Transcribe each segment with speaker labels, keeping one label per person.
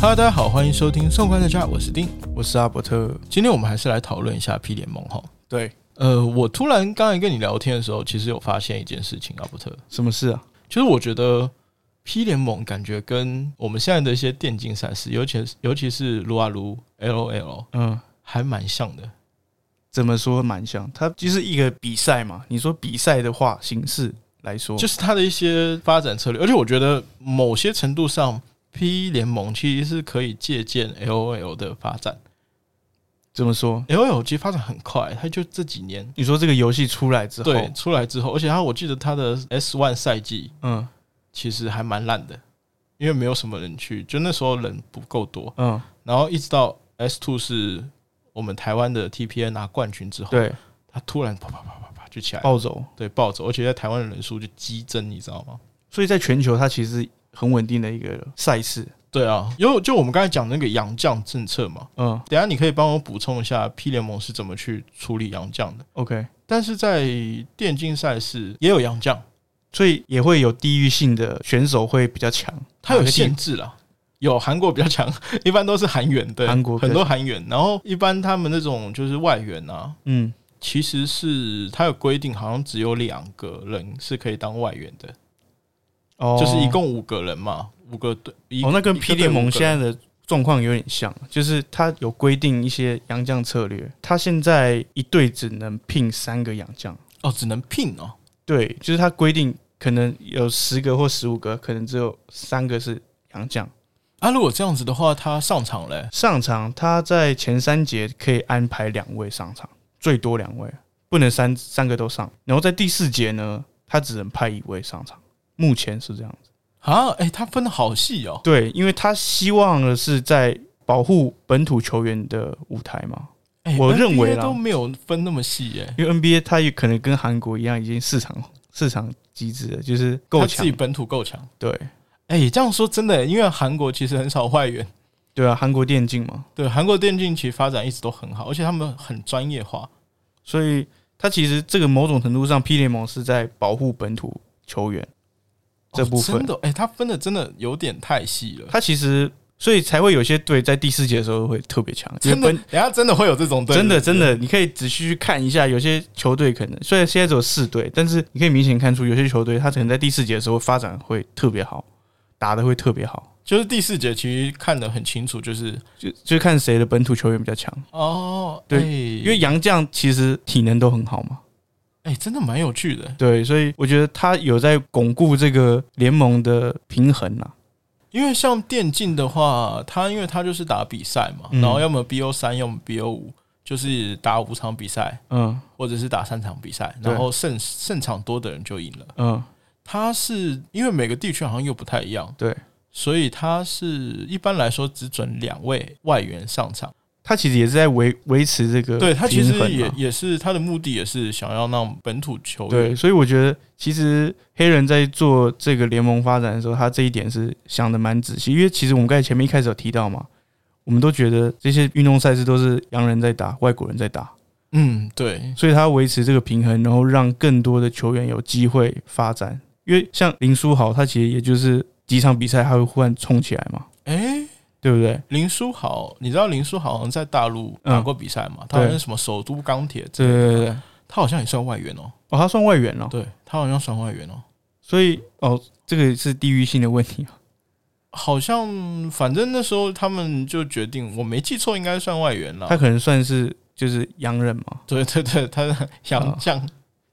Speaker 1: Hello，大家好，欢迎收听《送官在家》，我是丁。
Speaker 2: 我是阿伯特。
Speaker 1: 今天我们还是来讨论一下 P 联盟哈。
Speaker 2: 对，
Speaker 1: 呃，我突然刚才跟你聊天的时候，其实有发现一件事情，阿伯特，
Speaker 2: 什么事啊？
Speaker 1: 就是我觉得 P 联盟感觉跟我们现在的一些电竞赛事，尤其尤其是撸啊撸、LOL，
Speaker 2: 嗯，
Speaker 1: 还蛮像的。
Speaker 2: 怎么说蛮像，它就是一个比赛嘛。你说比赛的话，形式来说，
Speaker 1: 就是它的一些发展策略，而且我觉得某些程度上，P 联盟其实是可以借鉴 LOL 的发展。
Speaker 2: 怎么说？
Speaker 1: LOL 其实发展很快，它就这几年
Speaker 2: 你说这个游戏出来之后，
Speaker 1: 对出来之后，而且它我记得它的 S One 赛季
Speaker 2: 嗯
Speaker 1: 其实还蛮烂的，因为没有什么人去，就那时候人不够多，
Speaker 2: 嗯，
Speaker 1: 然后一直到 S Two 是我们台湾的 TPN 拿冠军之后，
Speaker 2: 对，
Speaker 1: 它突然啪啪啪啪啪就起来了，
Speaker 2: 暴走。
Speaker 1: 对暴走，而且在台湾的人数就激增，你知道吗？
Speaker 2: 所以在全球，它其实很稳定的一个赛事。
Speaker 1: 对啊，因为就我们刚才讲那个洋将政策嘛，
Speaker 2: 嗯
Speaker 1: 等一下你可以帮我补充一下 P 联盟是怎么去处理洋将的。
Speaker 2: ，OK，
Speaker 1: 但是在电竞赛事也有洋将，
Speaker 2: 所以也会有地域性的选手会比较强。
Speaker 1: 它有
Speaker 2: 哪个地
Speaker 1: 限制啦，有韩国比较强， 一般都是韩援，对，
Speaker 2: 韩国比较
Speaker 1: 很多韩援，然后一般他们那种就是外援啊，
Speaker 2: 嗯，
Speaker 1: 其实是它有规定，好像只有两个人是可以当外援的，
Speaker 2: 哦，
Speaker 1: 就是一共五个人嘛，五个队，一
Speaker 2: 哦，那跟
Speaker 1: 一个
Speaker 2: P
Speaker 1: 队
Speaker 2: 联
Speaker 1: 伍
Speaker 2: 盟
Speaker 1: 五个人
Speaker 2: 现在的状况有点像，就是它有规定一些洋将策略，它现在一队只能聘三个洋将。
Speaker 1: 哦，只能聘哦，
Speaker 2: 对，就是它规定可能有十个或十五个，可能只有三个是洋将
Speaker 1: 啊，如果这样子的话，他上场嘞，
Speaker 2: 上场。他在前三节可以安排两位上场，最多两位，不能三三个都上。然后在第四节呢，他只能派一位上场。目前是这样子。
Speaker 1: 啊，哎、他分的好细哦，
Speaker 2: 对，因为他希望的是在保护本土球员的舞台嘛。
Speaker 1: 哎
Speaker 2: 我
Speaker 1: NBA
Speaker 2: 认为啦
Speaker 1: 都没有分那么细耶、
Speaker 2: 因为 NBA 它也可能跟韩国一样，已经市场市场机制了，就是够
Speaker 1: 他自
Speaker 2: 强
Speaker 1: 己。本土够强。
Speaker 2: 对
Speaker 1: 哎、这样说真的、因为韩国其实很少外援。
Speaker 2: 对啊，韩国电竞嘛，
Speaker 1: 对，韩国电竞其实发展一直都很好，而且他们很专业化。
Speaker 2: 所以它其实这个某种程度上，P 联盟是在保护本土球员这部
Speaker 1: 哦、
Speaker 2: 分。
Speaker 1: 真的，哎、他分的真的有点太细了。
Speaker 2: 它其实所以才会有些队在第四节的时候会特别强，因为
Speaker 1: 真的，
Speaker 2: 本
Speaker 1: 等一下真的会有这种队伍，
Speaker 2: 真的真的，你可以仔细去看一下，有些球队可能虽然现在只有四队，但是你可以明显看出有些球队它可能在第四节的时候发展会特别好，打的会特别好，
Speaker 1: 就是第四节其实看得很清楚，就是
Speaker 2: 就就看谁的本土球员比较强。
Speaker 1: 哦，
Speaker 2: 对
Speaker 1: 哎
Speaker 2: 因为杨绛其实体能都很好嘛，
Speaker 1: 哎、真的蛮有趣的。
Speaker 2: 对，所以我觉得他有在巩固这个联盟的平衡啊呐、
Speaker 1: 因为像电竞的话，它因为它就是打比赛嘛，
Speaker 2: 嗯
Speaker 1: 然后要么 BO 三，要么 BO 五，就是打五场比赛
Speaker 2: 嗯
Speaker 1: 或者是打三场比赛，
Speaker 2: 对
Speaker 1: 然后胜胜场多的人就赢了。
Speaker 2: 嗯，
Speaker 1: 它是因为每个地区好像又不太一样，
Speaker 2: 对，
Speaker 1: 所以它是一般来说只准两位外援上场。
Speaker 2: 他其实也是在维维持这个
Speaker 1: 对，它其
Speaker 2: 平
Speaker 1: 实
Speaker 2: 衡啊
Speaker 1: 也
Speaker 2: 嘛
Speaker 1: 也是它的目的也是想要让本土球员
Speaker 2: 对，所以我觉得其实黑人在做这个联盟发展的时候，他这一点是想的蛮仔细，因为其实我们刚才前面一开始有提到嘛，我们都觉得这些运动赛事都是洋人在打，外国人在打，
Speaker 1: 嗯，对，
Speaker 2: 所以他维持这个平衡，然后让更多的球员有机会发展。因为像林书豪，他其实也就是几场比赛，他会忽然冲起来嘛，
Speaker 1: 诶，
Speaker 2: 对不对？
Speaker 1: 林书豪，你知道林书豪好像在大陆
Speaker 2: 嗯
Speaker 1: 打过比赛嘛？他好像是什么首都钢铁之
Speaker 2: 对
Speaker 1: 类的，
Speaker 2: 对对对，哦，
Speaker 1: 他好像也算外援哦。
Speaker 2: 他算外援了、
Speaker 1: 对他好像算外援哦，
Speaker 2: 所以哦，这个是地域性的问题啊。
Speaker 1: 好像反正那时候他们就决定，我没记错应该算外援了
Speaker 2: 他。可能算是就是洋人嘛，
Speaker 1: 对对对，他
Speaker 2: 哦
Speaker 1: 是洋将，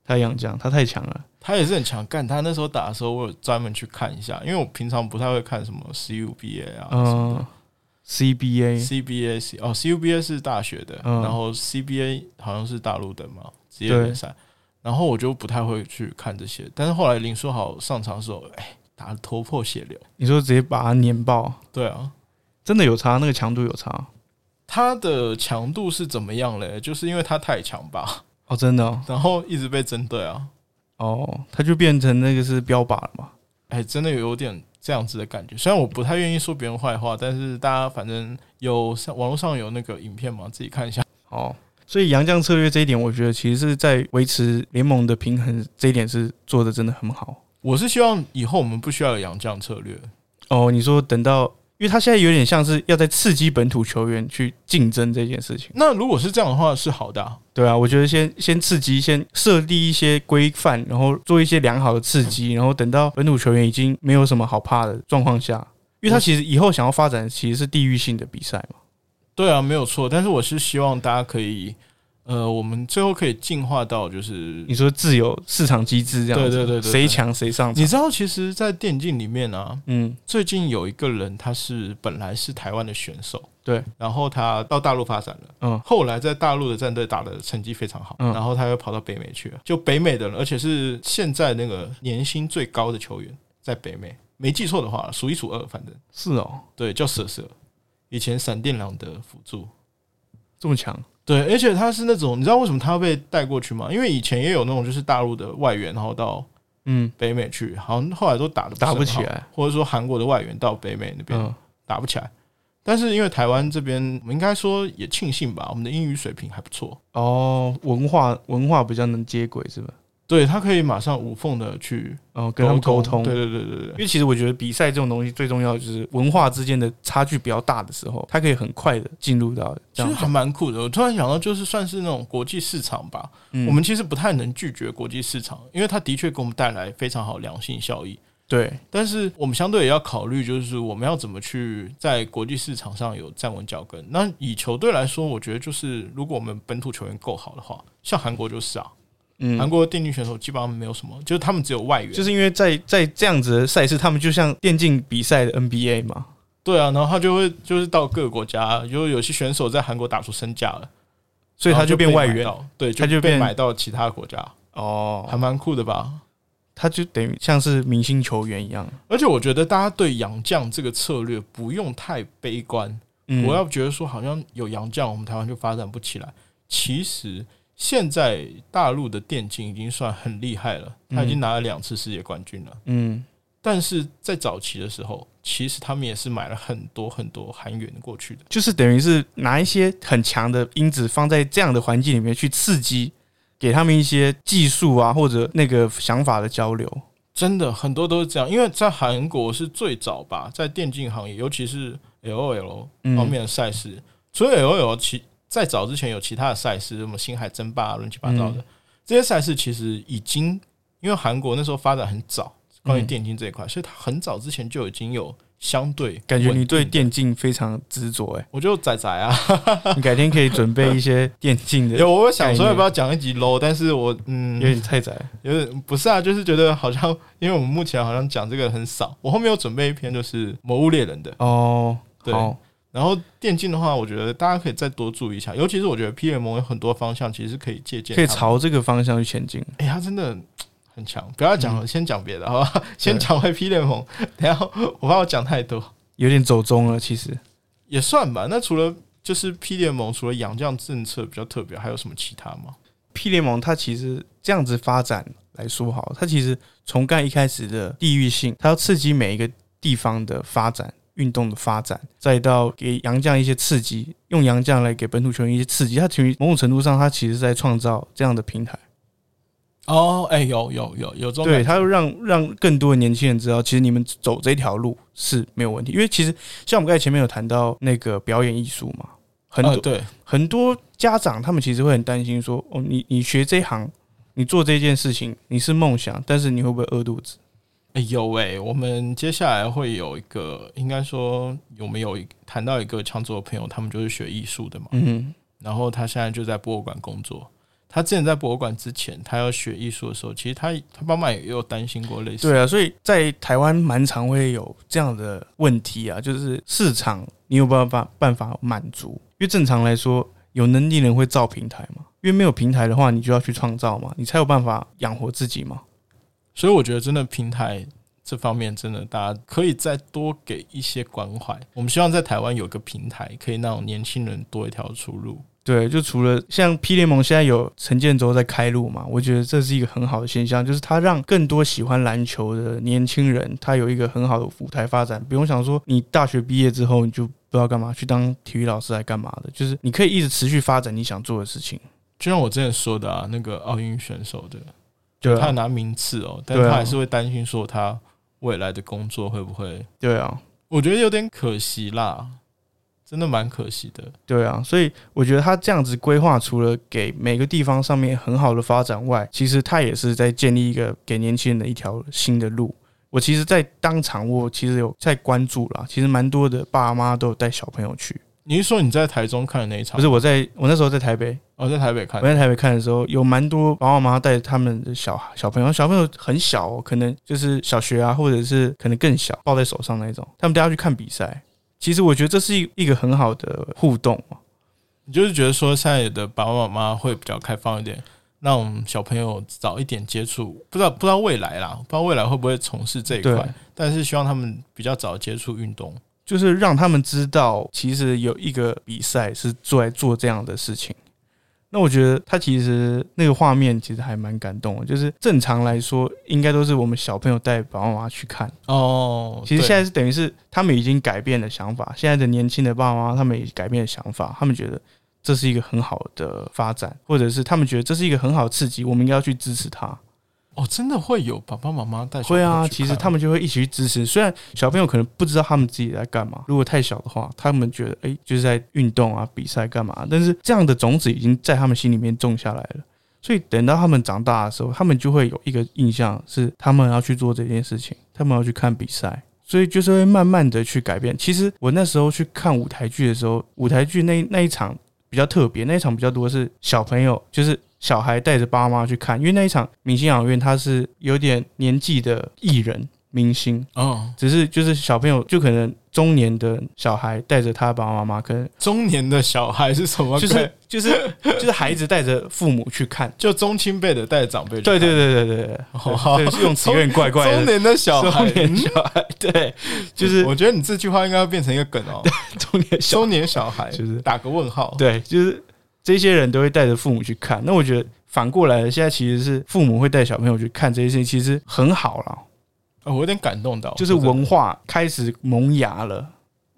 Speaker 2: 他洋将，他太强了。
Speaker 1: 他也是很强。干他那时候打的时候，我有专门去看一下，因为我平常不太会看什么 CUBA 啊什么
Speaker 2: 嗯
Speaker 1: 的。
Speaker 2: ，CBA，
Speaker 1: CBA 是哦，CUBA 是大学的，
Speaker 2: 嗯
Speaker 1: 然后 CBA 好像是大陆的嘛，职业
Speaker 2: 对
Speaker 1: 联赛。然后我就不太会去看这些，但是后来林书豪上场的时候，哎，打得头破血流。
Speaker 2: 你说直接把他碾爆，
Speaker 1: 对啊，
Speaker 2: 真的有差，那个强度有差
Speaker 1: 他的强度是怎么样嘞？就是因为他太强吧，
Speaker 2: 哦，真的哦，
Speaker 1: 然后一直被针对啊。
Speaker 2: 哦，他就变成那个是标靶了嘛。
Speaker 1: 哎，真的有点这样子的感觉。虽然我不太愿意说别人坏话，但是大家反正有上网络上有那个影片嘛，自己看一下。
Speaker 2: 哦，所以洋将策略这一点，我觉得其实是在维持联盟的平衡，这一点是做的真的很好。
Speaker 1: 我是希望以后我们不需要有洋将策略，
Speaker 2: 哦，你说等到因为他现在有点像是要在刺激本土球员去竞争这件事情。
Speaker 1: 那如果是这样的话，是好的、啊。
Speaker 2: 对啊，我觉得先先刺激，先设立一些规范，然后做一些良好的刺激，然后等到本土球员已经没有什么好怕的状况下，因为他其实以后想要发展其实是地域性的比赛嘛。
Speaker 1: 对啊，没有错。但是我是希望大家可以，呃，我们最后可以进化到就是
Speaker 2: 你说自由市场机制这样子，
Speaker 1: 对对对对对
Speaker 2: 谁强谁上场
Speaker 1: 你。知道，其实，在电竞里面啊，
Speaker 2: 嗯，
Speaker 1: 最近有一个人，他是本来是台湾的选手，
Speaker 2: 对，
Speaker 1: 然后他到大陆发展了，
Speaker 2: 嗯
Speaker 1: 后来在大陆的战队打的成绩非常好，
Speaker 2: 嗯
Speaker 1: 然后他又跑到北美去了，就北美的人，而且是现在那个年薪最高的球员，在北美，没记错的话，数一数二，反正
Speaker 2: 是哦，
Speaker 1: 对，叫蛇蛇，以前闪电狼的辅助，
Speaker 2: 这么强，
Speaker 1: 对，而且他是那种，你知道为什么他被带过去吗？因为以前也有那种就是大陆的外援，然后到
Speaker 2: 嗯
Speaker 1: 北美去，好像后来都打的
Speaker 2: 打不起来，
Speaker 1: 或者说韩国的外援到北美那边、
Speaker 2: 嗯，
Speaker 1: 打不起来。但是因为台湾这边，我们应该说也庆幸吧，我们的英语水平还不错，
Speaker 2: 哦，文化文化比较能接轨是吧？
Speaker 1: 对他可以马上无缝的去
Speaker 2: 哦，跟他们沟通，
Speaker 1: 对对对对对，
Speaker 2: 因为其实我觉得比赛这种东西最重要的就是文化之间的差距比较大的时候，它可以很快的进入到
Speaker 1: 其
Speaker 2: 这
Speaker 1: 实
Speaker 2: 样
Speaker 1: 还
Speaker 2: 子。
Speaker 1: 蛮酷的。我突然想到，就是算是那种国际市场吧，
Speaker 2: 嗯
Speaker 1: 我们其实不太能拒绝国际市场，因为它的确给我们带来非常好的良性效益。
Speaker 2: 对
Speaker 1: 但是我们相对也要考虑，就是我们要怎么去在国际市场上有站稳脚跟。那以球队来说，我觉得就是如果我们本土球员够好的话，像韩国就是啊，
Speaker 2: 嗯
Speaker 1: 韩国的电竞选手基本上没有什么，就是他们只有外援，
Speaker 2: 就是因为在在这样子的赛事，他们就像电竞比赛的 NBA 嘛，
Speaker 1: 对啊，然后他就会就是到各个国家，就有些选手在韩国打出身价了，
Speaker 2: 所以他
Speaker 1: 然后
Speaker 2: 就
Speaker 1: 哦
Speaker 2: 变
Speaker 1: 被
Speaker 2: 外
Speaker 1: 买
Speaker 2: 援
Speaker 1: 到，对，
Speaker 2: 他就
Speaker 1: 被
Speaker 2: 变
Speaker 1: 买到其他国家，还
Speaker 2: 哦，
Speaker 1: 蛮酷的吧？
Speaker 2: 他就等于像是明星球员一样。
Speaker 1: 而且我觉得大家对洋将这个策略不用太悲观，
Speaker 2: 嗯
Speaker 1: 我要觉得说好像有洋将，我们台湾就发展不起来。其实现在大陆的电竞已经算很厉害了，他已经拿了两次世界冠军了。
Speaker 2: 嗯
Speaker 1: 但是在早期的时候，其实他们也是买了很多很多韩元过去的。
Speaker 2: 就是等于是拿一些很强的因子放在这样的环境里面去刺激，给他们一些技术啊或者那个想法的交流。
Speaker 1: 真的很多都是这样，因为在韩国是最早吧，在电竞行业，尤其是 L O L
Speaker 2: 嗯
Speaker 1: 方面的赛事，除了 L O L 其在早之前有其他的赛事，什么星海争霸、啊、乱七八糟的、
Speaker 2: 嗯
Speaker 1: 这些赛事，其实已经因为韩国那时候发展很早，关于电竞这一块，所以它很早之前就已经有相对
Speaker 2: 嗯感觉
Speaker 1: 稳
Speaker 2: 你
Speaker 1: 定
Speaker 2: 对
Speaker 1: 的，
Speaker 2: 电竞非常执着哎。
Speaker 1: 我就仔仔 啊，
Speaker 2: 你改天可以准备一些电竞的，
Speaker 1: 有我有想说
Speaker 2: 概念
Speaker 1: 要不要讲一集 low，但是我嗯
Speaker 2: 有点太窄。
Speaker 1: 有点不是啊，就是觉得好像，因为我们目前好像讲这个很少。我后面有准备一篇，就是《魔物猎人》的。
Speaker 2: 哦，
Speaker 1: 对
Speaker 2: 好，
Speaker 1: 然后电竞的话，我觉得大家可以再多注意一下，尤其是我觉得 P M 有很多方向其实是可以借鉴他
Speaker 2: 可以
Speaker 1: 们，
Speaker 2: 朝这个方向去前进。
Speaker 1: 哎、他真的嘖很强。不要讲了，先讲别的，好吧？ 先讲回 P M，等一下我怕我讲太多，
Speaker 2: 有点走中了，其实
Speaker 1: 也算吧。那除了就是 P M，除了洋将政策比较特别，还有什么其他吗？
Speaker 2: P 联盟它其实这样子发展来说好，它其实从干一开始的地域性，它要刺激每一个地方的发展、运动的发展，再到给洋将一些刺激，用洋将来给本土球员一些刺激，它其实某种程度上，它其实是在创造这样的平台，
Speaker 1: 哦，哎、有有有有这种
Speaker 2: 对，它要让让更多的年轻人知道，其实你们走这条路是没有问题，因为其实像我们刚才前面有谈到那个表演艺术嘛，很多、
Speaker 1: 啊呃对，
Speaker 2: 很多家长他们其实会很担心说，哦，你你学这一行，你做这件事情，你是梦想，但是你会不会饿肚子？
Speaker 1: 哎、有哎、我们接下来会有一个，应该说有没有一谈到一个创作的朋友，他们就是学艺术的嘛，
Speaker 2: 嗯，
Speaker 1: 然后他现在就在博物馆工作。他之前在博物馆之前，他要学艺术的时候，其实他他妈妈也有担心过类似。
Speaker 2: 对啊，所以在台湾蛮常会有这样的问题啊，就是市场你有办法办法满足，因为正常来说，有能力人会造平台嘛，因为没有平台的话，你就要去创造嘛，你才有办法养活自己嘛。
Speaker 1: 所以我觉得真的平台这方面，真的大家可以再多给一些关怀。我们希望在台湾有个平台，可以让年轻人多一条出路。
Speaker 2: 对，就除了像 P 联盟现在有陈建州在开路嘛，我觉得这是一个很好的现象，就是他让更多喜欢篮球的年轻人，他有一个很好的舞台发展，不用想说你大学毕业之后你就不知道干嘛，去当体育老师来干嘛的，就是你可以一直持续发展你想做的事情。
Speaker 1: 就像我之前说的啊，那个奥运选手的，
Speaker 2: 对
Speaker 1: 他有
Speaker 2: 啊，
Speaker 1: 拿名次哦，但
Speaker 2: 对啊
Speaker 1: 他还是会担心说他未来的工作会不会
Speaker 2: 对啊，
Speaker 1: 我觉得有点可惜啦，真的蛮可惜的。
Speaker 2: 对啊，所以我觉得他这样子规划，除了给每个地方上面很好的发展外，其实他也是在建立一个给年轻人的一条新的路。我其实，在当场我其实有在关注啦，其实蛮多的爸妈都有带小朋友去。
Speaker 1: 你是说你在台中看的那一场？
Speaker 2: 不是，我在我那时候在台北，
Speaker 1: 我、在台北看
Speaker 2: 我。在台北看的时候，有蛮多爸爸妈妈带他们的小小朋友，小朋友很小、哦，可能就是小学啊，或者是可能更小，抱在手上那种，他们带他去看比赛。其实我觉得这是一一个很好的互动哦嘛。
Speaker 1: 你就是觉得说现在的爸爸妈妈会比较开放一点，让我们小朋友早一点接触，不知道不知道未来啦，不知道未来会不会从事这一
Speaker 2: 对
Speaker 1: 块，但是希望他们比较早接触运动。
Speaker 2: 就是让他们知道，其实有一个比赛是在做这样的事情。那我觉得他其实那个画面其实还蛮感动的，就是正常来说应该都是我们小朋友带爸爸妈妈去看，
Speaker 1: 哦，
Speaker 2: 其实
Speaker 1: 对
Speaker 2: 现在是等于是他们已经改变了想法，现在的年轻的爸爸妈妈他们也改变了想法，他们觉得这是一个很好的发展，或者是他们觉得这是一个很好的刺激，我们应该要去支持他。
Speaker 1: 哦，真的会有爸爸妈妈带小朋
Speaker 2: 会
Speaker 1: 友
Speaker 2: 啊，
Speaker 1: 去
Speaker 2: 其
Speaker 1: 看
Speaker 2: 实他们就会一起去支持。虽然小朋友可能不知道他们自己在干嘛，如果太小的话，他们觉得诶就是在运动啊、比赛干嘛，但是这样的种子已经在他们心里面种下来了。所以等到他们长大的时候，他们就会有一个印象是他们要去做这件事情，他们要去看比赛。所以就是会慢慢的去改变。其实我那时候去看舞台剧的时候，舞台剧那那一场比较特别，那一场比较多是小朋友，就是小孩带着爸妈去看，因为那一场明星养院他是有点年纪的艺人明星，
Speaker 1: 哦，
Speaker 2: 只是就是小朋友就可能中年的小孩带着他爸爸妈妈，可能
Speaker 1: 中年的小孩是什么鬼？
Speaker 2: 就是就是就是孩子带着父母 去看。
Speaker 1: 就中青辈的带长辈去
Speaker 2: 对
Speaker 1: 看，
Speaker 2: 对对对对对
Speaker 1: 哦
Speaker 2: 对，对用词有点怪怪
Speaker 1: 中
Speaker 2: 的。
Speaker 1: 年的小孩，嗯
Speaker 2: 中年小孩，对，就是
Speaker 1: 我觉得你这句话应该要变成一个梗哦，
Speaker 2: 中年 小孩。
Speaker 1: 中年小孩
Speaker 2: 就是
Speaker 1: 打个问号，
Speaker 2: 对，就是这些人都会带着父母去看。那我觉得反过来，现在其实是父母会带小朋友去看这些事情，其实很好啦，
Speaker 1: 哦我有点感动到，
Speaker 2: 就是
Speaker 1: 真的
Speaker 2: 文化开始萌芽了。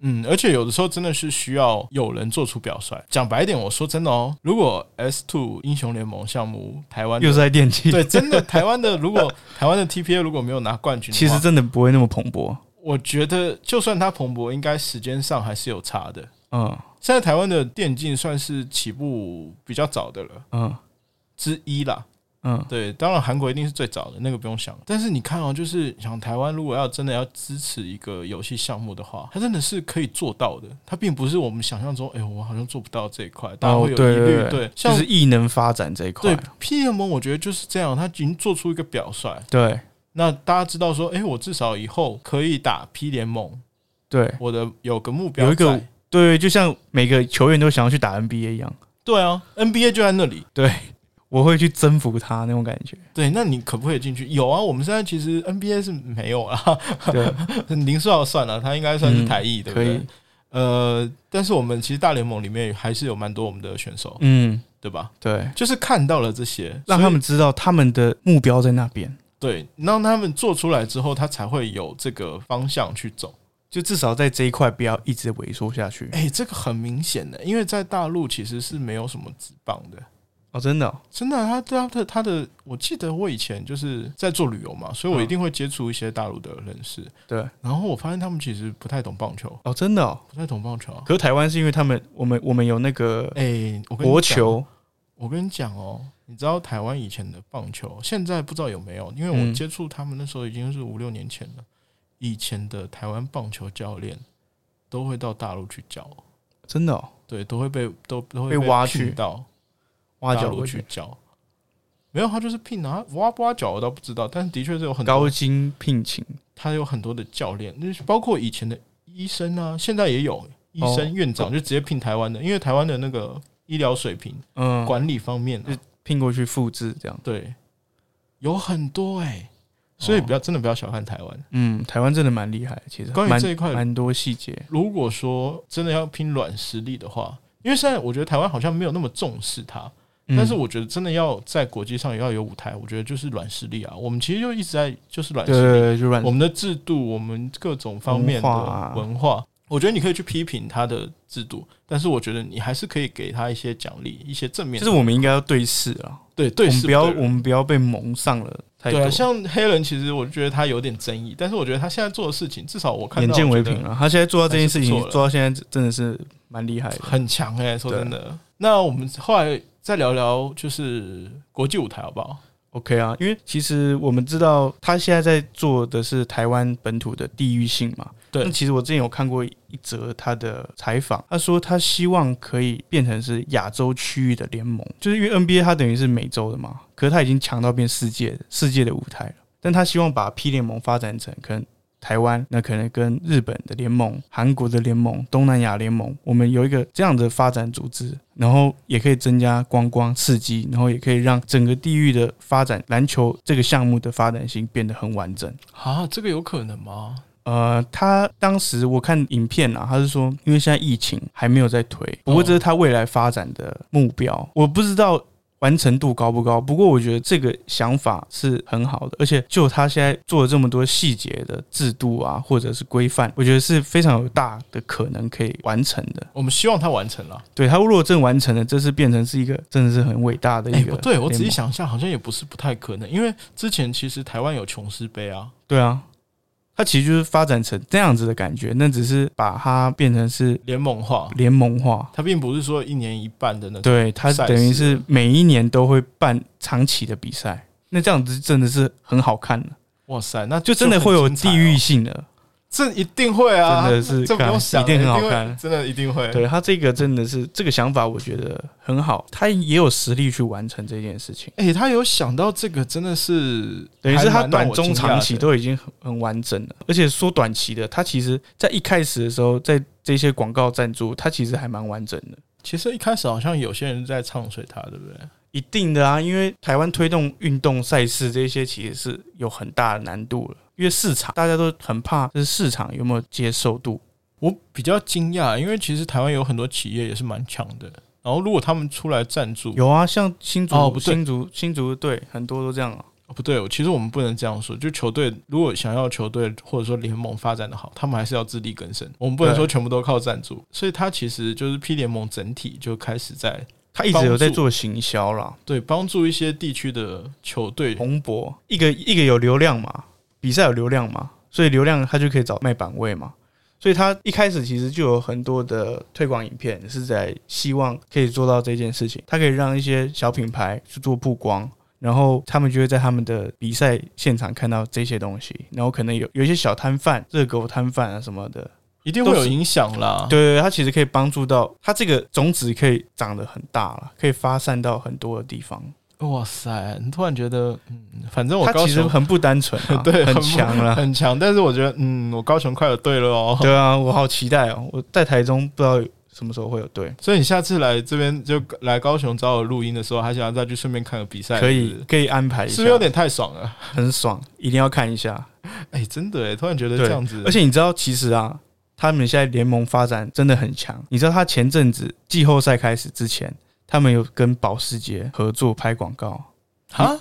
Speaker 1: 嗯，而且有的时候真的是需要有人做出表率。讲白一点，我说真的哦，如果 S Two 英雄联盟项目台湾的
Speaker 2: 又是在电器，
Speaker 1: 对真的台湾的，如果台湾的 TPA 如果没有拿冠军的
Speaker 2: 其
Speaker 1: 话，
Speaker 2: 实真的不会那么蓬勃。
Speaker 1: 我觉得就算它蓬勃，应该时间上还是有差的。
Speaker 2: 嗯
Speaker 1: 现在台湾的电竞算是起步比较早的了
Speaker 2: 嗯
Speaker 1: 之一啦，
Speaker 2: 嗯，
Speaker 1: 对，当然韩国一定是最早的，那个不用想。但是你看哦，就是想台湾如果要真的要支持一个游戏项目的话，它真的是可以做到的。它并不是我们想象中，哎、呦，我好像做不到这一块，大家
Speaker 2: 哦
Speaker 1: 会有疑虑。
Speaker 2: 对
Speaker 1: 对
Speaker 2: 对对，就
Speaker 1: 像、
Speaker 2: 是异能发展这一块
Speaker 1: 对。PM，我觉得就是这样，它已经做出一个表率。
Speaker 2: 对
Speaker 1: 那大家知道说，哎、我至少以后可以打 P 联盟，
Speaker 2: 对
Speaker 1: 我的有个目标
Speaker 2: 有一个
Speaker 1: 在
Speaker 2: 对，就像每个球员都想要去打 NBA 一样，
Speaker 1: 对啊，NBA 就在那里。
Speaker 2: 我会去征服他那种感觉。
Speaker 1: 对，那你可不可以进去？有啊，我们现在其实 NBA 是没有啊，
Speaker 2: 对，
Speaker 1: 林书豪算了，他应该算是
Speaker 2: 嗯
Speaker 1: 台艺，对不
Speaker 2: 可
Speaker 1: 对
Speaker 2: 以？，
Speaker 1: 呃，但是我们其实大联盟里面还是有蛮多我们的选手，
Speaker 2: 嗯，
Speaker 1: 对吧？
Speaker 2: 对，
Speaker 1: 就是看到了这些，所
Speaker 2: 让
Speaker 1: 以
Speaker 2: 他们知道他们的目标在那边。
Speaker 1: 对，让他们做出来之后，他才会有这个方向去走。
Speaker 2: 就至少在这一块不要一直萎缩下去。
Speaker 1: 哎、这个很明显的，因为在大陆其实是没有什么职棒的，
Speaker 2: 哦，真的哦、
Speaker 1: 真的啊、他他他他的，我记得我以前就是在做旅游嘛，所以我
Speaker 2: 嗯
Speaker 1: 一定会接触一些大陆的人士，
Speaker 2: 对，
Speaker 1: 然后我发现他们其实不太懂棒球，
Speaker 2: 哦，真的、哦。
Speaker 1: 不太懂棒球啊。
Speaker 2: 可是台湾是因为他们，我们我们有那个
Speaker 1: 哎、我跟你
Speaker 2: 国
Speaker 1: 讲
Speaker 2: 球，
Speaker 1: 我跟你讲哦，你知道台湾以前的棒球，现在不知道有没有，因为我
Speaker 2: 嗯
Speaker 1: 接触他们那时候已经是五六年前了。以前的台湾棒球教练都会到大陆去教，
Speaker 2: 真的、哦、
Speaker 1: 对，都会被都都会
Speaker 2: 被挖
Speaker 1: 聘
Speaker 2: 去
Speaker 1: 到
Speaker 2: 挖
Speaker 1: 大
Speaker 2: 角
Speaker 1: 陆
Speaker 2: 过
Speaker 1: 去
Speaker 2: 去，
Speaker 1: 教。没有，他就是聘啊，挖不挖角我倒不知道，但的确是有很多
Speaker 2: 高薪聘请。
Speaker 1: 他有很多的教练，那包括以前的医生啊，现在也有医生、
Speaker 2: 哦
Speaker 1: 院长就直接聘台湾的，因为台湾的那个医疗水平、
Speaker 2: 嗯，
Speaker 1: 管理方面、啊，
Speaker 2: 就聘过去复制这样。
Speaker 1: 对，有很多哎、所以
Speaker 2: 哦
Speaker 1: 不要、真的不要小看台湾。
Speaker 2: 嗯，台湾真的蛮厉害的，其实
Speaker 1: 关于
Speaker 2: 蛮
Speaker 1: 这一块
Speaker 2: 蛮多细节。
Speaker 1: 如果说真的要拼软实力的话，因为现在我觉得台湾好像没有那么重视它，
Speaker 2: 嗯
Speaker 1: 但是我觉得真的要在国际上也要有舞台，我觉得就是软实力啊。我们其实就一直在就是软
Speaker 2: 对
Speaker 1: 实
Speaker 2: 对
Speaker 1: 力，
Speaker 2: 对，就软
Speaker 1: 我们的制度，我们各种方面的
Speaker 2: 文化啊
Speaker 1: 文化。我觉得你可以去批评它的制度，但是我觉得你还是可以给他一些奖励，一些正面
Speaker 2: 就
Speaker 1: 的。
Speaker 2: 是我们应该要对视啊，
Speaker 1: 对对
Speaker 2: 我们
Speaker 1: 事
Speaker 2: 不要
Speaker 1: 对人
Speaker 2: 我们不要被蒙上了太
Speaker 1: 对啊，
Speaker 2: 多
Speaker 1: 像黑人其实我觉得他有点争议，但是我觉得他现在做的事情，至少我看到
Speaker 2: 眼见
Speaker 1: 我
Speaker 2: 为
Speaker 1: 觉得
Speaker 2: 凭啊了。他现在做到这件事情
Speaker 1: 还是不错，了
Speaker 2: 做到现在真的是蛮厉害的。
Speaker 1: 很强哎、说
Speaker 2: 对啊
Speaker 1: 真的。那我们后来再聊聊就是国际舞台好不好？
Speaker 2: OK 啊，因为其实我们知道他现在在做的是台湾本土的地域性嘛。
Speaker 1: 对
Speaker 2: 那其实我之前有看过一则他的采访，他说他希望可以变成是亚洲区域的联盟，就是因为 NBA 它等于是美洲的嘛，可是他已经强到变世界世界的舞台了。但他希望把 P 联盟发展成可能台湾，那可能跟日本的联盟、韩国的联盟、东南亚联盟，我们有一个这样的发展组织，然后也可以增加观光刺激，然后也可以让整个地域的发展篮球这个项目的发展性变得很完整。
Speaker 1: 啊，这个有可能吗？
Speaker 2: 呃，他当时我看影片啊，他是说，因为现在疫情还没有在推，不过这是他未来发展的目标，我不知道。完成度高不高？不过我觉得这个想法是很好的，而且就他现在做了这么多细节的制度啊，或者是规范，我觉得是非常有大的可能可以完成的。
Speaker 1: 我们希望他完成了。
Speaker 2: 对他如果真完成了，这是变成是一个真的是很伟大的
Speaker 1: 哎、
Speaker 2: 一个、
Speaker 1: 不对，我仔细，想一下，好像也不是不太可能，因为之前其实台湾有琼斯杯啊，
Speaker 2: 对啊，他其实就是发展成这样子的感觉，那只是把它变成是
Speaker 1: 联盟化，
Speaker 2: 联盟化，
Speaker 1: 它并不是说一年一办的那种。
Speaker 2: 对，它
Speaker 1: 赛
Speaker 2: 等于
Speaker 1: 事
Speaker 2: 是每一年都会办长期的比赛，那这样子真的是很好看的，
Speaker 1: 哇塞，那
Speaker 2: 就真的
Speaker 1: 很
Speaker 2: 会有
Speaker 1: 精彩
Speaker 2: 地
Speaker 1: 哦
Speaker 2: 域，性的。
Speaker 1: 这一定会啊，
Speaker 2: 真的是
Speaker 1: 这不
Speaker 2: 看
Speaker 1: 用想，
Speaker 2: 一定很好
Speaker 1: 会
Speaker 2: 看
Speaker 1: 真的一定会。
Speaker 2: 对他这个真的是这个想法，我觉得很好，他也有实力去完成这件事情，
Speaker 1: 哎、他有想到这个，真的是
Speaker 2: 等于是他
Speaker 1: 还蛮让
Speaker 2: 短
Speaker 1: 我
Speaker 2: 中
Speaker 1: 惊讶
Speaker 2: 长期
Speaker 1: 的
Speaker 2: 都已经很很完整了。而且说短期的，他其实在一开始的时候，在这些广告赞助，他其实还蛮完整的。
Speaker 1: 其实一开始好像有些人在唱衰他，对不对？
Speaker 2: 一定的啊，因为台湾推动运动赛事这些其实是有很大的难度了，因为市场大家都很怕，就是市场有没有接受度。
Speaker 1: 我比较惊讶，因为其实台湾有很多企业也是蛮强的，然后如果他们出来赞助，
Speaker 2: 有啊，像新竹、
Speaker 1: 哦不对
Speaker 2: 新竹、新竹队很多都这样啊。
Speaker 1: 哦不对，我其实我们不能这样说，就球队如果想要球队或者说联盟发展的好，他们还是要自力更生，我们不能
Speaker 2: 对
Speaker 1: 说全部都靠赞助，所以他其实就是 P 联盟整体就开始在
Speaker 2: 他一直有在做行销啦，
Speaker 1: 对帮助一些地区的球队
Speaker 2: 蓬勃一个一个有流量嘛，比赛有流量嘛，所以流量他就可以找卖版位嘛。所以他一开始其实就有很多的推广影片是在希望可以做到这件事情，他可以让一些小品牌去做曝光，然后他们就会在他们的比赛现场看到这些东西，然后可能有有一些小摊贩、热狗摊贩啊什么的，
Speaker 1: 一定会
Speaker 2: 都
Speaker 1: 有
Speaker 2: 是
Speaker 1: 影响啦。
Speaker 2: 对对，对它其实可以帮助到它这个种子可以长得很大了，可以发散到很多的地方。
Speaker 1: 哇塞，你突然觉得，嗯，反正我
Speaker 2: 它
Speaker 1: 高
Speaker 2: 其实
Speaker 1: 雄，
Speaker 2: 很不单纯、啊
Speaker 1: 对
Speaker 2: 很
Speaker 1: 很不
Speaker 2: 强了。
Speaker 1: 很强，但是我觉得，嗯，我高雄快有队了哦。
Speaker 2: 对啊，我好期待哦！我在台中不知道什么时候会有队，
Speaker 1: 所以你下次来这边就来高雄找我录音的时候，还想要再去顺便看个比赛，
Speaker 2: 可
Speaker 1: 是不
Speaker 2: 以
Speaker 1: 是
Speaker 2: 可以安排一
Speaker 1: 是
Speaker 2: 下，
Speaker 1: 不是有点太爽了？
Speaker 2: 很爽？一定要看一下。
Speaker 1: 哎、真的哎，突然觉得
Speaker 2: 对
Speaker 1: 这样子，
Speaker 2: 而且你知道，其实啊，他们现在联盟发展真的很强。你知道，他前阵子季后赛开始之前，他们有跟保时捷合作拍广告，
Speaker 1: 啊，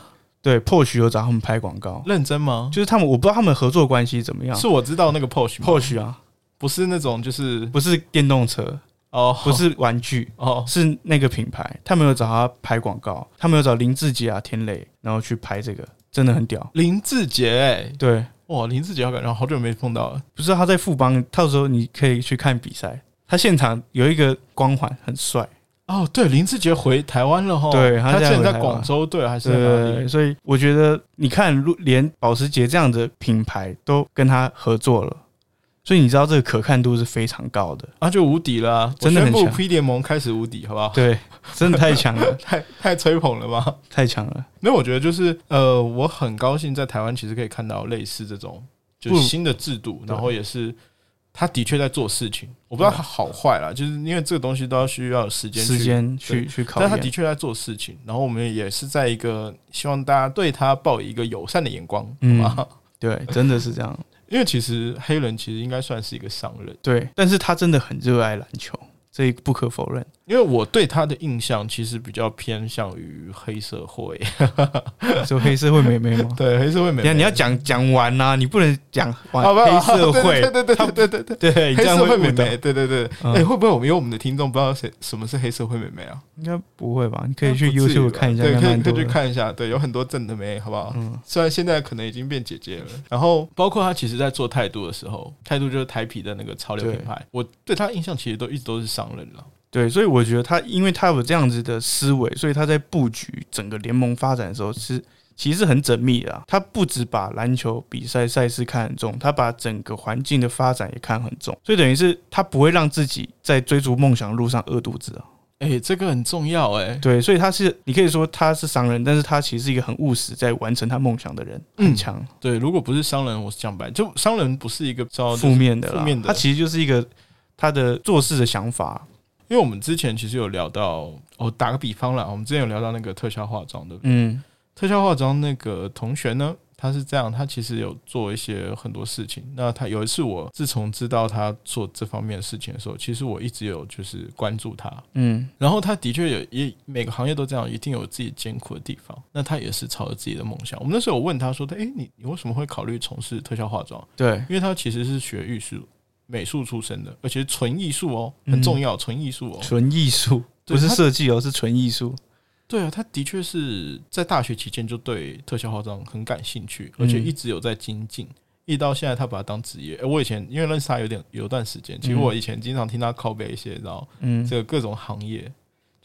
Speaker 2: 对，或许有找他们拍广告，
Speaker 1: 认真吗？
Speaker 2: 就是他啊们我不知道他们合作关系怎么样。
Speaker 1: 嗯是我知道那个 Porsche，吗
Speaker 2: 或许啊，
Speaker 1: 不是那种就是
Speaker 2: 不是电动车，
Speaker 1: 哦，
Speaker 2: 不是玩具，
Speaker 1: 哦，
Speaker 2: 是那个品牌。他们有找他拍广告，他们有找林志杰啊、田磊，然后去拍这个，真的很屌。
Speaker 1: 林志杰哎，
Speaker 2: 对，
Speaker 1: 哇，林志杰好感觉好久没碰到了，
Speaker 2: 不是他在富邦，到时候你可以去看比赛。他现场有一个光环，很帅。
Speaker 1: 哦，对，林志杰回台湾了哈，
Speaker 2: 对他
Speaker 1: 他之
Speaker 2: 现在
Speaker 1: 前
Speaker 2: 回
Speaker 1: 在
Speaker 2: 台湾
Speaker 1: 广州队还是在啊哪
Speaker 2: 对，
Speaker 1: 里？
Speaker 2: 所以我觉得，你看，如连保时捷这样的品牌都跟他合作了，所以你知道这个可看度是非常高的。
Speaker 1: 啊，就无敌了啊，
Speaker 2: 真的
Speaker 1: 我
Speaker 2: 很
Speaker 1: 宣布
Speaker 2: 强
Speaker 1: P 联盟开始无敌，好不好？
Speaker 2: 对，真的太强了，
Speaker 1: 太太吹捧了吧？
Speaker 2: 太强了。
Speaker 1: 那我觉得就是呃，我很高兴在台湾其实可以看到类似这种就是新的制度，
Speaker 2: 对
Speaker 1: 然后也是他的确在做事情。我不知道他好坏啦，就是因为这个东西都要需要有时间去
Speaker 2: 时间去去考
Speaker 1: 但他
Speaker 2: 验
Speaker 1: 的。确在做事情。然后我们也是在一个希望大家对他抱以一个友善的眼光，
Speaker 2: 嗯
Speaker 1: 嗯吧？
Speaker 2: 对，真的是这样。
Speaker 1: 因为其实黑人其实应该算是一个商人，
Speaker 2: 对，但是他真的很热爱篮球，这不可否认。
Speaker 1: 因为我对他的印象其实比较偏向于黑社会，
Speaker 2: 就黑社会美眉 吗？
Speaker 1: 对黑社会美
Speaker 2: 等一下
Speaker 1: 眉，
Speaker 2: 你要讲讲完呐、你不能讲完
Speaker 1: 好不好？
Speaker 2: 黑社会，
Speaker 1: 对对对对对 对对，
Speaker 2: 对，你
Speaker 1: 黑
Speaker 2: 这样
Speaker 1: 社会美
Speaker 2: 误导
Speaker 1: 眉，对对对，
Speaker 2: 嗯
Speaker 1: 哎，会不会我们有我们的听众不知道谁什么是黑社会美眉啊？
Speaker 2: 应该不会吧？你可以去
Speaker 1: 不至于
Speaker 2: YouTube
Speaker 1: 吧
Speaker 2: 看一下，
Speaker 1: 对，
Speaker 2: 应
Speaker 1: 可
Speaker 2: 该
Speaker 1: 以
Speaker 2: 蛮
Speaker 1: 可
Speaker 2: 多
Speaker 1: 以去
Speaker 2: 的。
Speaker 1: 看一下，对，有很多正的妹，好不好？
Speaker 2: 嗯
Speaker 1: 虽然现在可能已经变姐姐了，然后包括她其实在做态度的时候，态度就是台啤的那个潮流
Speaker 2: 对
Speaker 1: 品牌，我对她印象其实都一直都是商人了。
Speaker 2: 对，所以我觉得他，因为他有这样子的思维，所以他在布局整个联盟发展的时候是其实是很缜密的、啊。他不只把篮球比赛赛事看很重，他把整个环境的发展也看很重，所以等于是他不会让自己在追逐梦想的路上饿肚子啊。
Speaker 1: 哎、这个很重要哎、
Speaker 2: 对，所以他是你可以说他是商人，但是他其实是一个很务实，在完成他梦想的人，
Speaker 1: 嗯
Speaker 2: 很强。
Speaker 1: 对，如果不是商人，我是讲白，就商人不哦是一个招
Speaker 2: 负面的啦，
Speaker 1: 负面的
Speaker 2: 他其实就是一个他的做事的想法。
Speaker 1: 因为我们之前其实有聊到，哦，打个比方啦，我们之前有聊到那个特效化妆，对不对？
Speaker 2: 嗯，
Speaker 1: 特效化妆那个同学呢，他是这样，他其实有做一些很多事情。那他有一次，我自从知道他做这方面的事情的时候，其实我一直有就是关注他，
Speaker 2: 嗯，
Speaker 1: 然后他的确有也每个行业都这样，一定有自己艰苦的地方。那他也是朝着自己的梦想。我们那时候有问他说：“诶，你你为什么会考虑从事特效化妆？
Speaker 2: 对，
Speaker 1: 因为他其实是学艺术美术出身的，而且是纯艺术哦，
Speaker 2: 嗯
Speaker 1: 很重要，纯艺术哦。
Speaker 2: 纯艺术
Speaker 1: 对
Speaker 2: 不是
Speaker 1: 他
Speaker 2: 设计哦，是纯艺术。
Speaker 1: 对啊，他的确是在大学期间就对特效化妆很感兴趣，
Speaker 2: 嗯
Speaker 1: 而且一直有在精进。一直到现在，他把它当职业。诶我以前因为认识他有点有段时间，其实
Speaker 2: 嗯
Speaker 1: 我以前经常听他 c o 一些，然后
Speaker 2: 嗯，
Speaker 1: 这个各种行业，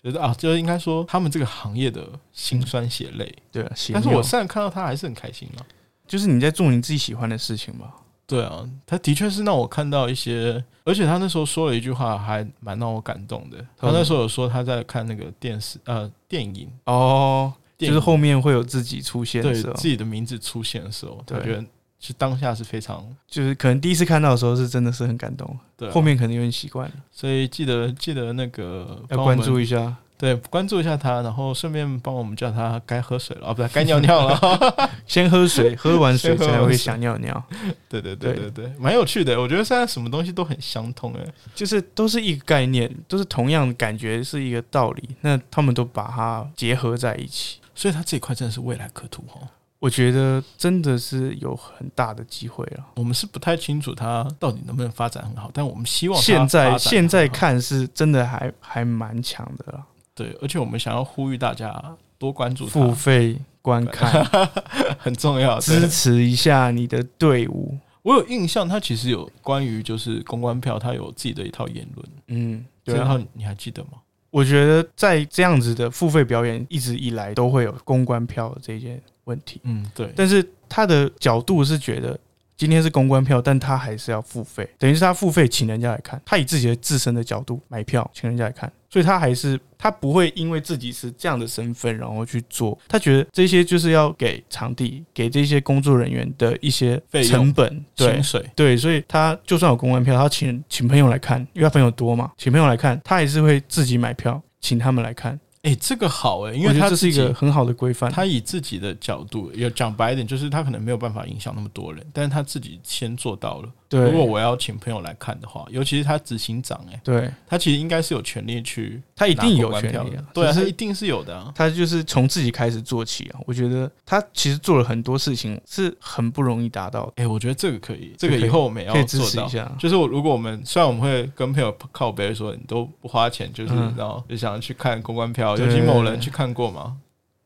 Speaker 1: 就是啊，就是应该说他们这个行业的辛酸血泪。
Speaker 2: 对啊，行
Speaker 1: 但是我
Speaker 2: 有
Speaker 1: 现在看到他还是很开心啊。
Speaker 2: 就是你在做你自己喜欢的事情吧。
Speaker 1: 对啊，他的确是让我看到一些，而且他那时候说了一句话，还蛮让我感动的。
Speaker 2: 嗯
Speaker 1: 他那时候有说他在看那个电视呃电影，
Speaker 2: 哦，就
Speaker 1: 电影
Speaker 2: 是后面会有自己出现
Speaker 1: 对
Speaker 2: 的时候，
Speaker 1: 自己的名字出现的时候，他
Speaker 2: 对
Speaker 1: 觉得是当下是非常
Speaker 2: 就是可能第一次看到的时候是真的是很感动，
Speaker 1: 对啊、
Speaker 2: 后面可能有点习惯了，
Speaker 1: 所以记得记得那个
Speaker 2: 要
Speaker 1: 帮我
Speaker 2: 关
Speaker 1: 们
Speaker 2: 注一下，
Speaker 1: 对关注一下他，然后顺便帮我们叫他该喝水了啊，不是该尿尿了。
Speaker 2: 先喝水，喝完水
Speaker 1: 先喝完
Speaker 2: 才会
Speaker 1: 水
Speaker 2: 想尿尿。
Speaker 1: 对对对
Speaker 2: 对
Speaker 1: 对对，蛮有趣的。我觉得现在什么东西都很相通哎、
Speaker 2: 就是都是一个概念，都是同样的感觉，是一个道理。那他们都把它结合在一起，
Speaker 1: 所以它这一块真的是未来可图哦。
Speaker 2: 我觉得真的是有很大的机会了。
Speaker 1: 我们是不太清楚它到底能不能发展很好，但我们希望它
Speaker 2: 现
Speaker 1: 发展
Speaker 2: 在
Speaker 1: 很好
Speaker 2: 现在看是真的还还蛮强的啦，
Speaker 1: 对，而且我们想要呼吁大家多关注
Speaker 2: 付
Speaker 1: 它，
Speaker 2: 费观看，
Speaker 1: 很重要。
Speaker 2: 支
Speaker 1: 对
Speaker 2: 持一下你的队伍。
Speaker 1: 我有印象，它其实有关于就是公关票，它有自己的一套言论，
Speaker 2: 嗯，对
Speaker 1: 这
Speaker 2: 啊
Speaker 1: 套。你还记得吗？
Speaker 2: 我觉得在这样子的付费表演一直以来都会有公关票这件问题，
Speaker 1: 嗯，对，
Speaker 2: 但是他的角度是觉得今天是公关票，但他还是要付费，等于是他付费请人家来看，他以自己的自身的角度买票请人家来看，所以他还是他不会因为自己是这样的身份然后去做，他觉得这些就是要给场地给这些工作人员的一些
Speaker 1: 费用
Speaker 2: 成本，对
Speaker 1: 薪。水
Speaker 2: 对，所以他就算有公关票，他请请朋友来看，因为他朋友多嘛，请朋友来看，他还是会自己买票，请他们来看，
Speaker 1: 哎、这个好哎、因
Speaker 2: 我
Speaker 1: 为
Speaker 2: 觉
Speaker 1: 它
Speaker 2: 得这是一
Speaker 1: 自
Speaker 2: 个
Speaker 1: 己
Speaker 2: 很好的规范。
Speaker 1: 他以自己的角度，有讲白一点，就是他可能没有办法影响那么多人，但是他自己先做到了。
Speaker 2: 对，
Speaker 1: 如果我要请朋友来看的话，尤其是他执行长、欸，
Speaker 2: 对
Speaker 1: 他其实应该是有权利去
Speaker 2: 他一
Speaker 1: 拿
Speaker 2: 定有
Speaker 1: 过关
Speaker 2: 权
Speaker 1: 票
Speaker 2: 利
Speaker 1: 的
Speaker 2: 啊，
Speaker 1: 对啊，
Speaker 2: 只
Speaker 1: 他
Speaker 2: 是
Speaker 1: 一定是有的、啊。
Speaker 2: 他就是从自己开始做起啊。我觉得他其实做了很多事情是很不容易达到的，
Speaker 1: 哎、我觉得这个可以，
Speaker 2: 这
Speaker 1: 这
Speaker 2: 个
Speaker 1: 个
Speaker 2: 可以
Speaker 1: 以后我们也
Speaker 2: 可以
Speaker 1: 要
Speaker 2: 支
Speaker 1: 做
Speaker 2: 持一
Speaker 1: 到。
Speaker 2: 下。
Speaker 1: 就是我如果我们虽然我们会跟朋友靠背说你都不花钱，就是
Speaker 2: 嗯
Speaker 1: 然后就想要去看公关票，
Speaker 2: 对
Speaker 1: 尤其某人去看过嘛，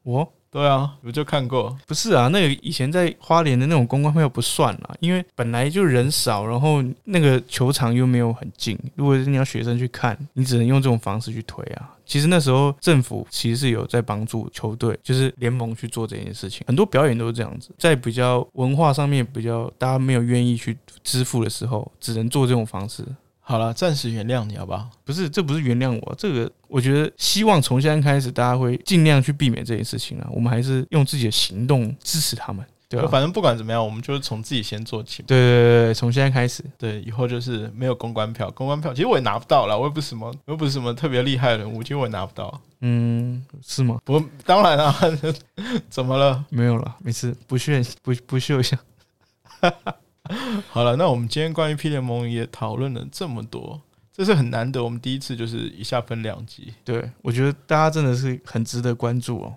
Speaker 2: 我
Speaker 1: 对啊，我就看过，
Speaker 2: 不是啊，那个以前在花莲的那种公关票不算啦，因为本来就人少，然后那个球场又没有很近，如果是你要学生去看，你只能用这种方式去推啊。其实那时候政府其实是有在帮助球队，就是联盟去做这件事情，很多表演都是这样子，在比较文化上面比较大家没有愿意去支付的时候，只能做这种方式。
Speaker 1: 好了，暂时原谅你好不好？
Speaker 2: 不是，这不是原谅我，啊这个我觉得希望从现在开始，大家会尽量去避免这件事情啊。我们还是用自己的行动支持他们，对吧、
Speaker 1: 反正不管怎么样，我们就是从自己先做起嘛。
Speaker 2: 对对对对，从现在开始，
Speaker 1: 对，以后就是没有公关票，公关票其实我也拿不到啦，我也不是什么，我又不是什么特别厉害的人物，其实我也拿不到。
Speaker 2: 嗯，是吗？
Speaker 1: 不，当然啊， 怎么了？
Speaker 2: 没有了，没事，不炫不不秀一下，
Speaker 1: 好了，那我们今天关于 P 联盟也讨论了这么多，这是很难得，我们第一次就是一下分两集。
Speaker 2: 对，我觉得大家真的是很值得关注哦，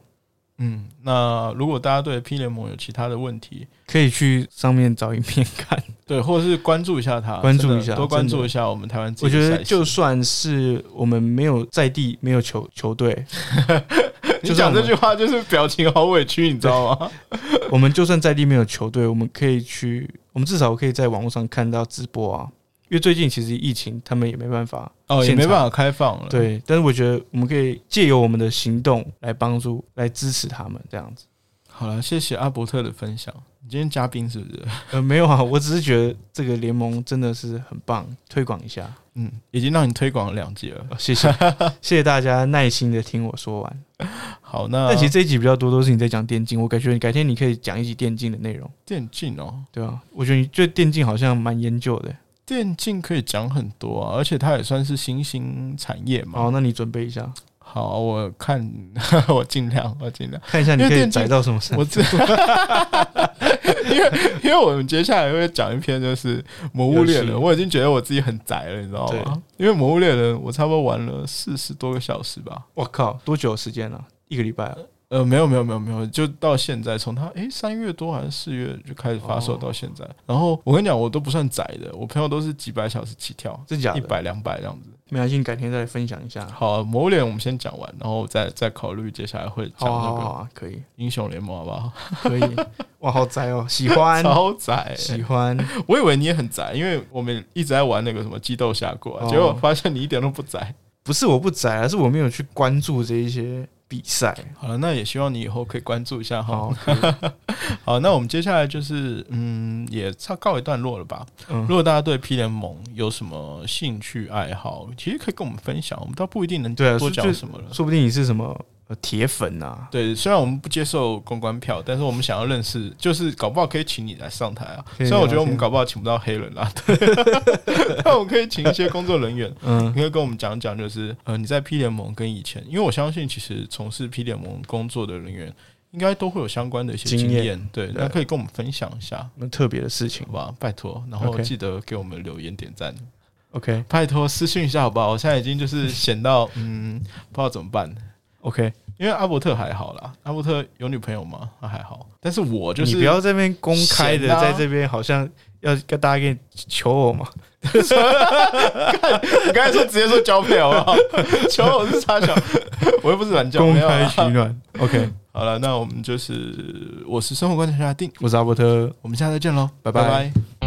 Speaker 1: 嗯，那如果大家对 P 联盟有其他的问题，
Speaker 2: 可以去上面找影片看。
Speaker 1: 对，或者是关注一下他，
Speaker 2: 关注
Speaker 1: 真的
Speaker 2: 一下
Speaker 1: 多关
Speaker 2: 真
Speaker 1: 注
Speaker 2: 的
Speaker 1: 一下我们台湾自
Speaker 2: 我
Speaker 1: 己的
Speaker 2: 觉
Speaker 1: 赛事。
Speaker 2: 得就算是我们没有在地，没有球球队，
Speaker 1: 你
Speaker 2: 就
Speaker 1: 讲
Speaker 2: 算
Speaker 1: 这
Speaker 2: 我们
Speaker 1: 句话，就是表情好委屈，你知道吗？
Speaker 2: 我们就算在地没有球队，我们可以去，我们至少可以在网络上看到直播啊。因为最近其实疫情，他们也没办法
Speaker 1: 哦，也
Speaker 2: 现
Speaker 1: 没
Speaker 2: 场
Speaker 1: 办法开放了。，
Speaker 2: 对，但是我觉得我们可以借由我们的行动来帮助、来支持他们这样子。
Speaker 1: 好了，谢谢阿伯特的分享。你今天嘉宾是不是？
Speaker 2: 呃，没有啊，我只是觉得这个联盟真的是很棒，推广一下。
Speaker 1: 嗯，已经让你推广了两集了。
Speaker 2: 哦 谢谢，谢谢大家耐心的听我说完。
Speaker 1: 好，那
Speaker 2: 但其实这一集比较多都是你在讲电竞，我感觉你改天你可以讲一集电竞的内容，
Speaker 1: 电竞哦，
Speaker 2: 对吧、我觉得你对电竞好像蛮研究的。
Speaker 1: 电竞可以讲很多啊，而且它也算是新兴产业嘛。
Speaker 2: 好，那你准备一下，
Speaker 1: 好，我看 我尽量，我尽量。
Speaker 2: 看一下你
Speaker 1: 因为
Speaker 2: 可以
Speaker 1: 电竞
Speaker 2: 载到什么程
Speaker 1: 我
Speaker 2: 度。
Speaker 1: 知，因为因为我们接下来会讲一篇就是《魔物猎人
Speaker 2: 游》，戏
Speaker 1: 我已经觉得我自己很宅了，你知道吗？因为《魔物猎人》我差不多玩了四十多个小时吧。
Speaker 2: 我靠，多久的时间了、一个礼拜啊？
Speaker 1: 呃，没有没有没有没有，就到现在，从他诶三月多还是四月就开始发售
Speaker 2: 哦
Speaker 1: 到现在。然后我跟你讲，我都不算宅的，我朋友都是几百小时起跳，
Speaker 2: 真假
Speaker 1: 一
Speaker 2: 的？
Speaker 1: 百两百这样子。
Speaker 2: 没关系，你改天再来分享一下。
Speaker 1: 好、啊，魔物猎人我们先讲完，然后再再考虑接下来会讲
Speaker 2: 好啊
Speaker 1: 那
Speaker 2: 好啊好
Speaker 1: 个
Speaker 2: 啊，可以
Speaker 1: 英雄联盟，好不好？
Speaker 2: 可以。哇，好宅哦，喜欢
Speaker 1: 超宅、
Speaker 2: 喜欢。
Speaker 1: 我以为你也很宅，因为我们一直在玩那个什么激斗峡谷、啊，
Speaker 2: 哦
Speaker 1: 结果发现你一点都不宅。
Speaker 2: 不是我不宅，啊而是我没有去关注这一些比赛。
Speaker 1: 好了，那也希望你以后可以关注一下哈。
Speaker 2: 好
Speaker 1: 好，，
Speaker 2: 可以
Speaker 1: 那我们接下来就是嗯，也差告一段落了吧。
Speaker 2: 嗯
Speaker 1: 如，果大家对 P 联盟有什么兴趣爱好，其实可以跟我们分享，我们倒不一定能
Speaker 2: 对啊
Speaker 1: 多
Speaker 2: 就
Speaker 1: 讲什么了。
Speaker 2: 说不定你是什么呃铁粉呐、啊，
Speaker 1: 对，虽然我们不接受公关票，但是我们想要认识，就是搞不好可以请你来上台啊。
Speaker 2: 可以
Speaker 1: 虽然我觉得
Speaker 2: 聊
Speaker 1: 我们
Speaker 2: 天
Speaker 1: 搞不好请不到黑人啦，对 但我们可以请一些工作人员。
Speaker 2: 嗯
Speaker 1: 你，可以跟我们讲讲，就是呃，你在 P 联盟跟以前，因为我相信其实从事 P 联盟工作的人员，应该都会有相关的一些
Speaker 2: 经
Speaker 1: 经
Speaker 2: 验
Speaker 1: 验，对，
Speaker 2: 对
Speaker 1: 那可以跟我们分享一下，
Speaker 2: 那特别的事情
Speaker 1: 好吧？拜托，然后
Speaker 2: OK
Speaker 1: 记得给我们留言点赞，
Speaker 2: ，OK
Speaker 1: 拜托私信一下，好不好？我现在已经就是闲到嗯，不知道怎么办，
Speaker 2: OK，
Speaker 1: 因为阿伯特还好啦，阿伯特有女朋友吗？他还好，但是我就是
Speaker 2: 你不要这边公开的
Speaker 1: 闲啊
Speaker 2: 在这边好像要跟大家给你求偶嘛，
Speaker 1: 我刚才说直接说交配好不 好？求我是傻小，我又不是软交，
Speaker 2: 公
Speaker 1: 没有
Speaker 2: 开
Speaker 1: 啊。
Speaker 2: 取暖。OK，
Speaker 1: 好了，那我们就是我是生活观察家定。
Speaker 2: 我是阿伯特。
Speaker 1: 我们下次再见喽，
Speaker 2: 拜拜
Speaker 1: 拜